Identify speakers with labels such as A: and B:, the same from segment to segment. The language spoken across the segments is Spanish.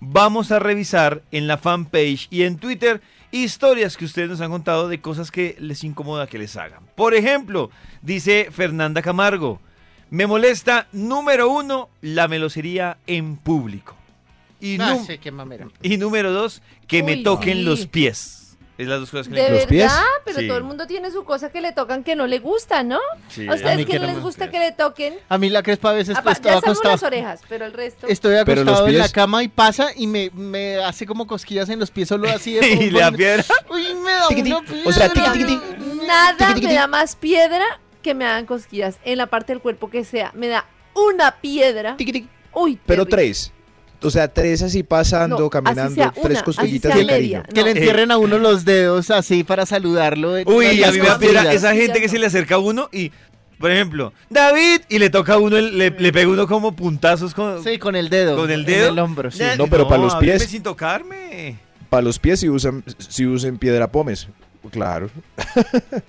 A: vamos a revisar en la fanpage y en Twitter historias que ustedes nos han contado de cosas que les incomoda que les hagan. Por ejemplo, dice Fernanda Camargo, me molesta número uno la melosería en público. Y,
B: No,
A: num-
B: Ah, sí, qué mamera.
A: y número dos, que me
C: Uy,
A: toquen
C: sí.
A: los pies. Es las dos cosas que
C: De
A: le
C: verdad,
D: ¿Los pies?
C: pero
A: Sí.
C: todo el mundo tiene su cosa que le tocan que no le gusta, ¿no?
A: Sí.
C: a
B: A
C: ustedes
B: mí
C: que
B: que no
C: no les
B: me
C: gusta
B: gusta.
C: que le toquen.
B: A mí la crespa a veces
C: apa-
B: pues,
C: Ah, ya
B: estaba
C: salvo
B: acostado.
C: las orejas, pero el resto.
B: Estoy
D: Pero los
B: acostado en la
D: pies.
B: cama y pasa y me, me hace como cosquillas en los pies solo así de
A: y le da piedra.
B: Uy, me da
D: Tiquití.
B: una
D: O sea,
B: piedra.
D: tiquití.
C: Nada
D: Tiqui, tiqui,
C: me
D: tiqui.
C: da más piedra que me hagan cosquillas en la parte del cuerpo que sea. Me da una piedra.
D: Tiqui, tiqui.
C: Uy,
D: Pero
C: terrible.
D: tres. O sea, tres así pasando,
C: No, así
D: caminando,
C: sea una,
D: tres
C: así
D: cosquillitas
C: sea
D: de cariño.
C: media.
B: Que
C: No.
B: le entierren a uno los dedos así para saludarlo. en una de
A: Uy, a
B: las
A: mí me da piedra
B: costillas.
A: esa gente que se le acerca a uno y, por ejemplo, David, y le toca a uno, el- le, le pega uno como puntazos con...
B: Sí, con el dedo.
A: ¿Con el
B: en
A: dedo?
B: el hombro, sí.
A: Ya-
D: No, pero para los
A: hábleme
D: pies.
A: sin tocarme.
D: Para los pies si usan, si usan piedra pomes. Claro,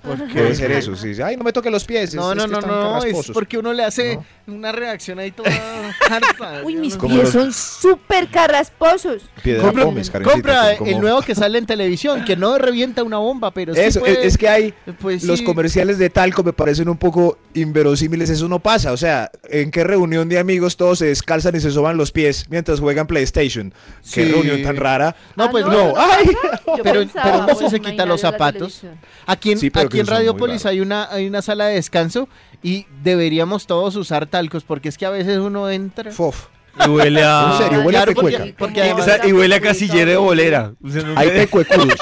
D: puede ser eso. sí, sí. Ay, no me toque los pies.
B: No,
D: es-
B: no,
D: es que
B: no,
D: están
B: no, es
D: carrasposos.
B: porque uno le hace una reacción ahí toda harta.
C: Uy,
B: Yo
C: mis
B: no
D: Como
C: pies
D: los-
C: son súper carrasposos.
D: Piedra
B: Compra,
D: pomes, Karencita,
B: compra
D: son
B: el
D: como-
B: nuevo que sale en televisión, que no revienta una bomba, pero sí
D: Eso, e,
B: puede-
D: es, es que hay...
B: pues
D: Los
B: sí.
D: comerciales de talco me parecen un poco inverosímiles, eso no pasa, o sea, ¿en qué reunión de amigos todos se descalzan y se soban los pies mientras juegan PlayStation?
B: Sí.
D: Qué reunión tan rara.
B: No,
C: Ah,
B: pues
C: no,
B: no.
C: no,
D: Ay,
C: Yo
B: Pero-
C: pensaba,
B: pero no se
C: bueno,
B: quita los
C: imagínate la
B: zapatos.
C: televisión.
B: Aquí en,
D: Sí, pero
B: aquí
D: que
B: en
D: son muy
B: Radiopolis
D: raros.
B: hay una, hay una sala de descanso y deberíamos todos usar talcos, porque es que a veces uno entra.
D: fof.
A: Y huele a...
D: En serio, huele a
B: porque-
D: pecueca.
B: porque
A: Y, o sea, y huele a casillero de bolera. O sea, no
D: Hay
A: sé.
D: pecuecudos.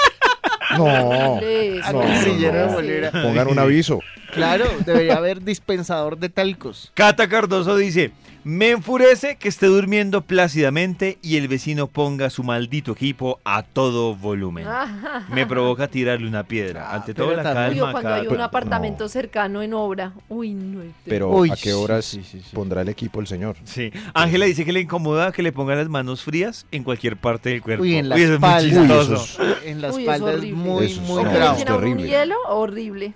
D: No,
C: Horrible.
D: No, no,
B: Casillero de
D: no.
B: bolera.
D: pongan un aviso.
B: Claro, debería haber dispensador de talcos.
A: Cata Cardoso dice, me enfurece que esté durmiendo plácidamente y el vecino ponga su maldito equipo a todo volumen.
C: Ah,
A: Me provoca tirarle una piedra.
B: Ah,
A: Ante
B: pero
A: todo, la
B: tan-
A: calma.
C: uy, o cuando hay
A: Cata.
C: un apartamento cercano en obra. Uy, no. es
D: Pero
B: Uy,
D: ¿a qué
B: sí,
D: horas
B: sí, sí, sí.
D: pondrá el equipo el señor?
A: Sí. Ángela dice que le incomoda que le pongan las manos frías en cualquier parte del cuerpo.
B: Uy, en la
A: eso es muy
B: espalda.
D: Uy,
A: chistoso.
D: eso es-
B: En la
C: Uy, es
B: espalda es,
C: horrible.
B: muy,
D: Eso es
B: muy
D: no,
C: terrible.
B: bravo.
C: ¿Tiene algún
D: terrible.
C: hielo? Horrible.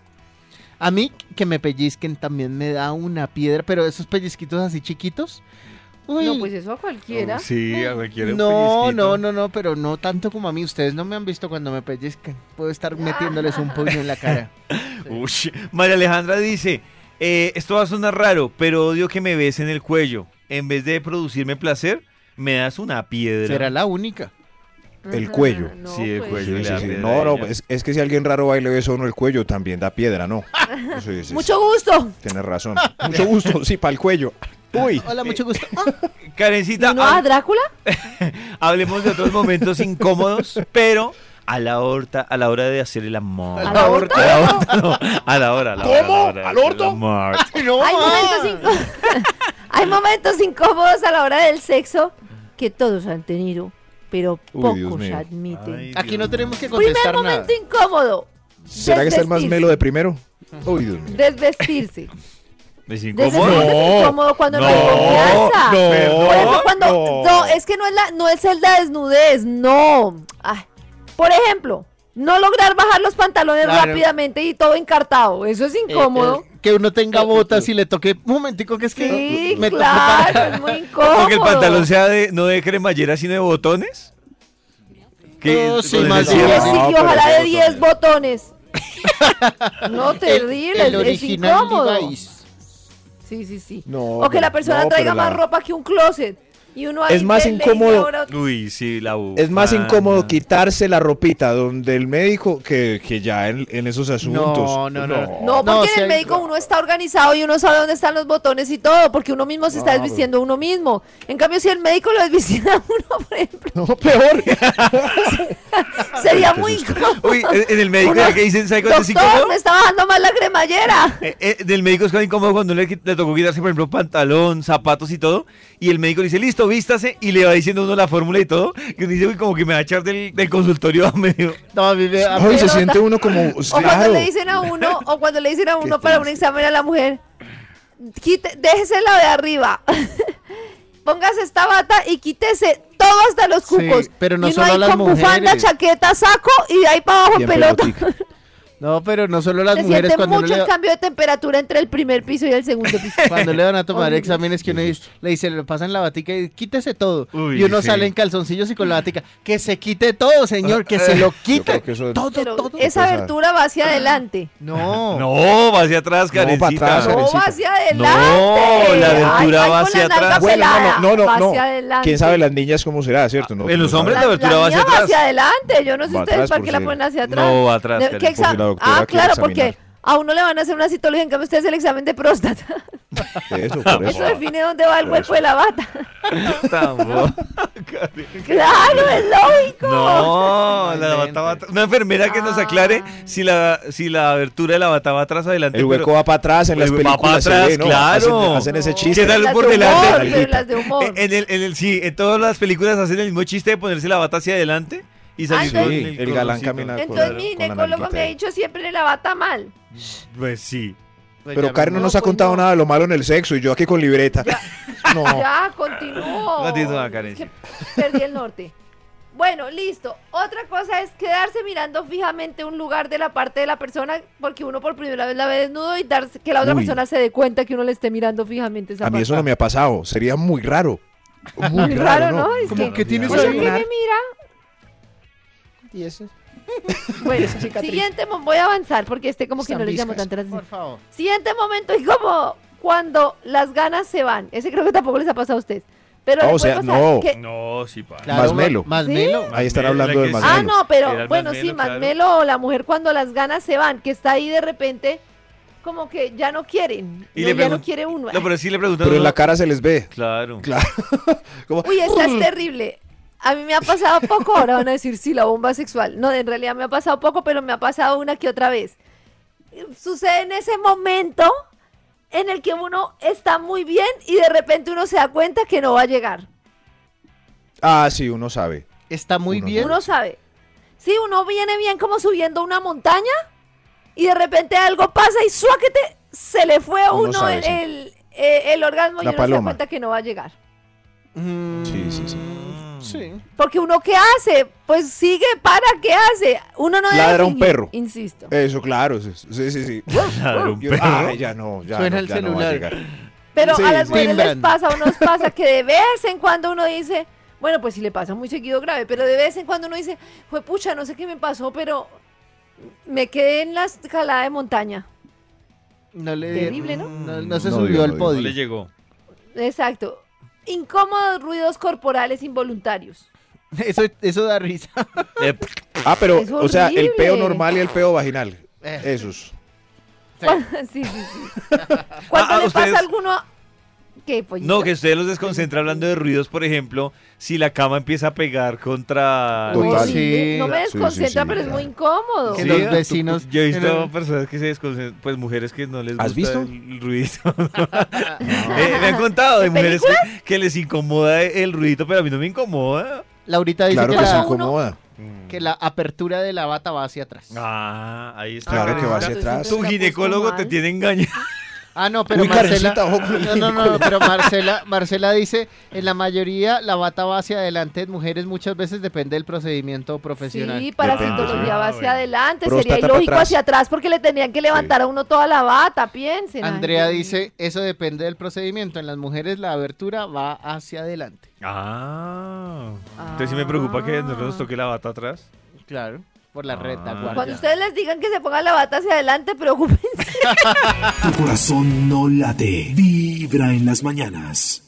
B: A mí que me pellizquen también me da una piedra, pero esos pellizquitos así chiquitos. Uy,
C: No, pues eso a cualquiera.
A: Sí, a cualquiera un
B: no,
A: pellizquito.
B: no, no, no, pero no tanto como a mí. Ustedes no me han visto cuando me pellizcan. Puedo estar metiéndoles un puño en la cara.
A: Ush. María Alejandra dice, eh, esto va a sonar raro, pero odio que me besen el cuello. En vez de producirme placer, me das una piedra.
B: Será la única.
D: El cuello.
C: No,
A: Sí, el
C: pues.
A: cuello.
D: Sí,
A: le
D: sí,
A: da
D: sí.
A: piedra
D: No,
A: a
D: no,
A: ella.
D: es, es que si alguien raro va y le besa a uno el cuello, también da piedra, ¿no? Sí, sí, sí.
C: Mucho gusto.
D: Tienes razón. Mucho gusto, sí, para el cuello. Uy.
B: Hola, mucho gusto. Ah,
A: Karencita,
C: ¿No
D: Ah.
A: hab-
C: a Drácula?
A: hablemos de otros momentos incómodos, pero a la horta, a la hora de hacer el amor.
C: ¿A la horta?
A: A la horta, no, a la hora, a la hora.
D: ¿Cómo? ¿Al orto?
A: horto?
C: Hay momentos, inco- Hay momentos incómodos a la hora del sexo que todos han tenido, pero
D: Uy, Dios
C: pocos
D: mío.
C: admiten.
B: Aquí no tenemos que
C: Primer
B: contestar nada. Eh,
C: momento incómodo.
D: ¿Será que está el más
C: desvestirse.
D: melo de primero? Uy, Dios mío.
C: Desvestirse.
A: ¿Es
C: Desvestirse
A: incómodo?
C: es incómodo cuando no, hay confianza. Por ejemplo, cuando. No.
D: no.
C: es que no es, la, no es el de desnudez, no. Ay. Por ejemplo, no lograr bajar los pantalones
B: Claro.
C: rápidamente y todo encartado. Eso es incómodo.
B: Eh, eh, que uno tenga botas y le toque. Un momentico, que es que.
C: sí,
B: me to-
C: claro, es muy incómodo.
A: Porque el pantalón sea de, no de cremallera, sino de botones.
B: No, sí,
A: entonces
B: más
A: sí,
C: Sí,
B: bien.
A: es-
C: sí,
D: No, pero
C: ojalá de
D: qué
C: 10 botones. No, terrible,
B: El
C: es- es
B: original
C: incómodo.
B: Levi's.
C: Sí, sí, sí.
D: No,
C: o que la
D: pero-
C: persona
D: no,
C: traiga
D: pero la-
C: más ropa que un closet. Y uno ahí
D: Es más
C: le- le dice
D: incómodo.
C: ahora-
A: Uy, sí, la
D: Es más
A: bufanda.
D: incómodo quitarse la ropita donde el médico que, que ya en, en esos asuntos.
B: No, no, no.
C: No,
B: No,
C: porque en
B: sí
C: el
B: hay-
C: médico uno está organizado y uno sabe dónde están los botones y todo, porque uno mismo se está
B: pues.
C: desvistiendo uno mismo. En cambio, si el médico lo desvistiera a uno, por ejemplo,
D: No, peor.
C: sería muy incómodo.
A: Uy, en- en el médico,
C: Uno-
A: ¿qué dicen? ¿Sabes cuándo es
C: Doctor,
A: incómodo?
C: me está bajando mal la cremallera.
A: Eh, eh, del médico es incómodo cuando le, qui- le tocó quitarse, por ejemplo, pantalón, zapatos y todo. Y el médico le dice, listo, vístase. Y le va diciendo uno la fórmula y todo. Que uno dice, uy, como que me va a echar del, del consultorio a medio.
B: No, a mí me- a mí-
D: Ay, se
C: Pero
D: siente
C: ta-
D: uno como.
B: Pues
C: O cuando
D: Claro.
C: le dicen a uno, o cuando le dicen a uno para un examen a la mujer, quite, déjese la de arriba. Póngase esta bata y quítese todo hasta los
B: Sí,
C: cucos.
B: pero no
C: y uno
B: solo
C: ahí
B: a las
C: con bufanda,
B: mujeres.
C: chaqueta, saco y de ahí para abajo
D: Bien
C: pelota.
D: pelotica.
B: No, pero no solo las
C: Se
B: mujeres
C: siente
B: cuando uno
C: mucho
B: le,
C: el cambio de temperatura entre el primer piso y el segundo piso.
B: cuando le van a tomar
C: Horrible.
B: exámenes que uno le dice, le pasan la batica y quítese todo.
A: Uy,
B: y uno
A: sí.
B: sale en calzoncillos y con la batica, que se quite todo, señor, que se lo quite.
D: creo que eso-
B: Todo,
C: Pero
B: todo. Ah,
C: esa
D: Cosa.
C: abertura va hacia adelante.
B: No.
A: No, va hacia atrás,
D: No, pa'
A: Karencita.
D: atrás, Karencita.
C: No, va hacia adelante.
A: No, la abertura
C: Ay,
A: va
C: con
A: hacia
C: la nalga
A: atrás.
D: Bueno,
C: pelada,
D: no, no,
C: va
D: no, no,
C: hacia
D: no.
C: adelante.
D: ¿Quién sabe las niñas cómo será, cierto? No,
A: En los
D: no
A: hombres
D: sabe.
A: la abertura
C: la
A: va
C: mía
A: hacia atrás.
C: hacia adelante. Yo no sé
D: Va
C: ustedes
D: atrás,
C: para qué
D: por
C: la
D: sí.
C: ponen hacia atrás.
A: No, va atrás,
C: ¿De- ¿Qué
A: Karencita.
C: exa-
D: Porque la doctora
C: ah,
D: quiere
C: claro, porque
D: examinar.
C: a uno le van a hacer una citología, en cambio ustedes el examen de próstata.
D: Eso, por
C: Eso
D: eso.
C: define dónde va el
D: Por
C: cuerpo
D: eso.
C: de la bata.
A: Tampoco.
C: Claro, es lógico.
A: No,
B: No
A: la bata
B: inventes.
A: va atrás. Una enfermera que nos aclare
D: Ah.
A: si la, si la abertura de la bata va atrás o adelante.
D: El hueco
A: pero-
D: va para atrás en las
A: el hueco va
D: películas.
A: para
D: se
A: atrás,
D: ve, ¿no?
A: claro.
D: Hacen, hacen ese
C: No.
D: chiste.
A: ¿Qué tal
C: Las
A: por
C: de
A: delante?
C: humor,
A: La
C: pero
D: quita.
C: las de humor.
A: Eh,
D: Eh,
A: En el, en el, sí, en todas las películas hacen el mismo chiste de ponerse la bata hacia adelante
D: Ah,
A: y salir
C: Sí,
A: con
D: el galán
A: cordoncito.
D: camina con
C: Entonces
D: la-
C: mi
D: con la
C: ginecólogo
D: nalguita
C: me ha
D: ahí.
C: dicho siempre la bata mal.
A: Pues sí.
B: Pues ya
D: Pero Karen no
C: no,
D: nos ha
C: pues
D: contado
C: no.
D: nada de lo malo en el sexo y yo aquí con libreta. No.
C: Ya, continúo.
A: Continúa, Karen.
C: Es que Perdí el norte. Bueno, listo. Otra cosa es quedarse mirando fijamente un lugar de la parte de la persona porque uno por primera vez la ve desnudo y darse, que la otra
D: Uy.
C: persona se dé cuenta que uno le esté mirando fijamente esa
D: A mí
C: parte.
D: eso no me ha pasado. Sería muy raro. Muy
C: Muy
D: raro,
C: raro,
D: ¿no?
C: ¿no? Es
B: Como
C: que,
B: que tienes
C: ¿Eso
B: ahí
C: que me
B: una-
C: mira?
B: Y eso.
C: Bueno,
B: cicatriz.
C: siguiente, mo- voy a avanzar porque este como que
B: Están
C: no le llamo
B: viscas.
C: tanto la atención.
B: Por favor.
C: Siguiente momento y como cuando las ganas se van. Ese creo que tampoco les ha pasado a ustedes. Pero
D: Ah,
C: le
D: o sea,
C: puede pasar
D: no.
C: que-
A: No, sí, para.
B: Claro,
D: Más melo.
B: Más
C: ¿Sí?
B: melo.
D: Ahí están
A: Melo,
D: hablando
A: la
D: del
A: que-
C: Ah,
D: Masmelo.
C: no,
A: Era
C: pero
A: el
C: bueno,
A: Masmelo,
C: sí,
A: claro.
C: Masmelo o la mujer cuando las ganas se van, que está ahí de repente, como que ya no quieren.
A: Y
C: no,
A: le
C: ya no
A: pregun-
C: quiere uno.
A: No, pero sí le preguntan.
D: Pero en
A: ¿no?
D: la cara se les ve.
A: Claro.
D: Claro. Como,
C: Uy, esta es terrible. A mí me ha pasado poco, ahora van a decir, sí, la bomba sexual. No, en realidad me ha pasado poco, pero me ha pasado una que otra vez. Sucede en ese momento en el que uno está muy bien y de repente uno se da cuenta que no va a llegar.
D: Ah, sí, uno sabe.
B: Está muy
D: Uno
B: bien.
C: Uno sabe. Sí, uno viene bien como subiendo una montaña y de repente algo pasa y suáquete, se le fue a
D: Uno
C: uno,
D: sabe,
C: el,
D: sí.
C: el, eh, el orgasmo
D: La
C: y uno se da
D: paloma.
C: cuenta que no va a llegar.
B: Mm,
D: Sí, sí, sí.
B: Sí.
C: Porque uno qué hace, pues sigue, para, ¿qué hace? Uno no debe
D: Ladra un
C: fingir,
D: perro. Eh,
C: Insisto.
D: Eso, claro. Sí, sí, sí. sí.
A: Claro, un
D: Yo-
A: perro.
D: ah, ya no, ya,
B: Suena
D: no,
B: el
D: ya no va a
B: celular.
D: llegar.
C: Pero
D: Sí,
C: a las
D: sí.
C: mujeres les
B: Timbran.
C: pasa, a unos pasa que de vez en cuando uno dice, bueno, pues si le pasa muy seguido grave, pero de vez en cuando uno dice, fue pucha, no sé qué me pasó, pero me quedé en la escalada de montaña.
B: No le
C: Terrible, ¿no?
B: No, no se
D: No
B: subió
D: digo,
B: al
D: no digo.
A: No
B: podio.
A: le llegó.
C: Exacto. Incómodos ruidos corporales involuntarios.
B: Eso, eso da risa.
A: Eh,
D: Ah, pero,
C: Es
D: o sea, el peo
C: horrible.
D: normal y el peo vaginal.
B: Eh.
D: Esos.
C: sí, sí, sí. Cuando
A: Ah,
C: le
A: ustedes-
C: pasa a alguno que pollito?
A: no, que ustedes los desconcentra hablando de ruidos, por ejemplo, si la cama empieza a pegar contra...
D: Uy,
C: Horrible.
D: Total.
B: sí.
C: no me
D: Sí, sí,
C: desconcentra,
D: sí,
C: pero es
D: claro.
C: muy incómodo.
B: Que
A: Sí,
B: los vecinos.
A: Yo he visto
B: en el-
A: personas que se desconcentran, pues mujeres que no les gusta
D: ¿Has visto?
A: el ruidito.
B: Ah.
A: Eh, me han contado de
C: ¿En
A: mujeres que, que les incomoda el ruidito, pero a mí no me incomoda.
B: Laurita dice
D: Claro
B: que,
D: que se
B: la,
C: uno-
D: incomoda.
B: que la apertura de la bata va hacia atrás. Ah,
A: Ah, ahí está.
D: Claro que va hacia
A: Karencita.
D: atrás.
A: Tu ginecólogo te tiene engañado.
B: Ah, no, pero
D: Uy,
B: Marcela.
D: Karencita, ojo con el
B: No, no, no, no, pero Marcela, Marcela dice, en la mayoría la bata va hacia adelante en mujeres, muchas veces depende del procedimiento profesional.
C: Sí, para
A: Depende,
C: sindología
A: sí.
C: va
A: Ah,
C: hacia
A: bueno.
C: adelante,
D: Próstata
C: sería
D: pa'
C: ilógico
D: atrás.
C: hacia atrás porque le tendrían que levantar a uno toda la bata, piensen. ay,
B: Andrea
C: Dios mío.
B: dice, eso depende del procedimiento. En las mujeres la abertura va hacia adelante.
A: Ah. Entonces sí me preocupa que nosotros nos toque la bata atrás.
B: Claro, por la
A: Ah.
B: retaguardia.
C: Cuando ustedes les digan que se pongan la bata hacia adelante, preocupen
E: Tu corazón no late, vibra en las mañanas.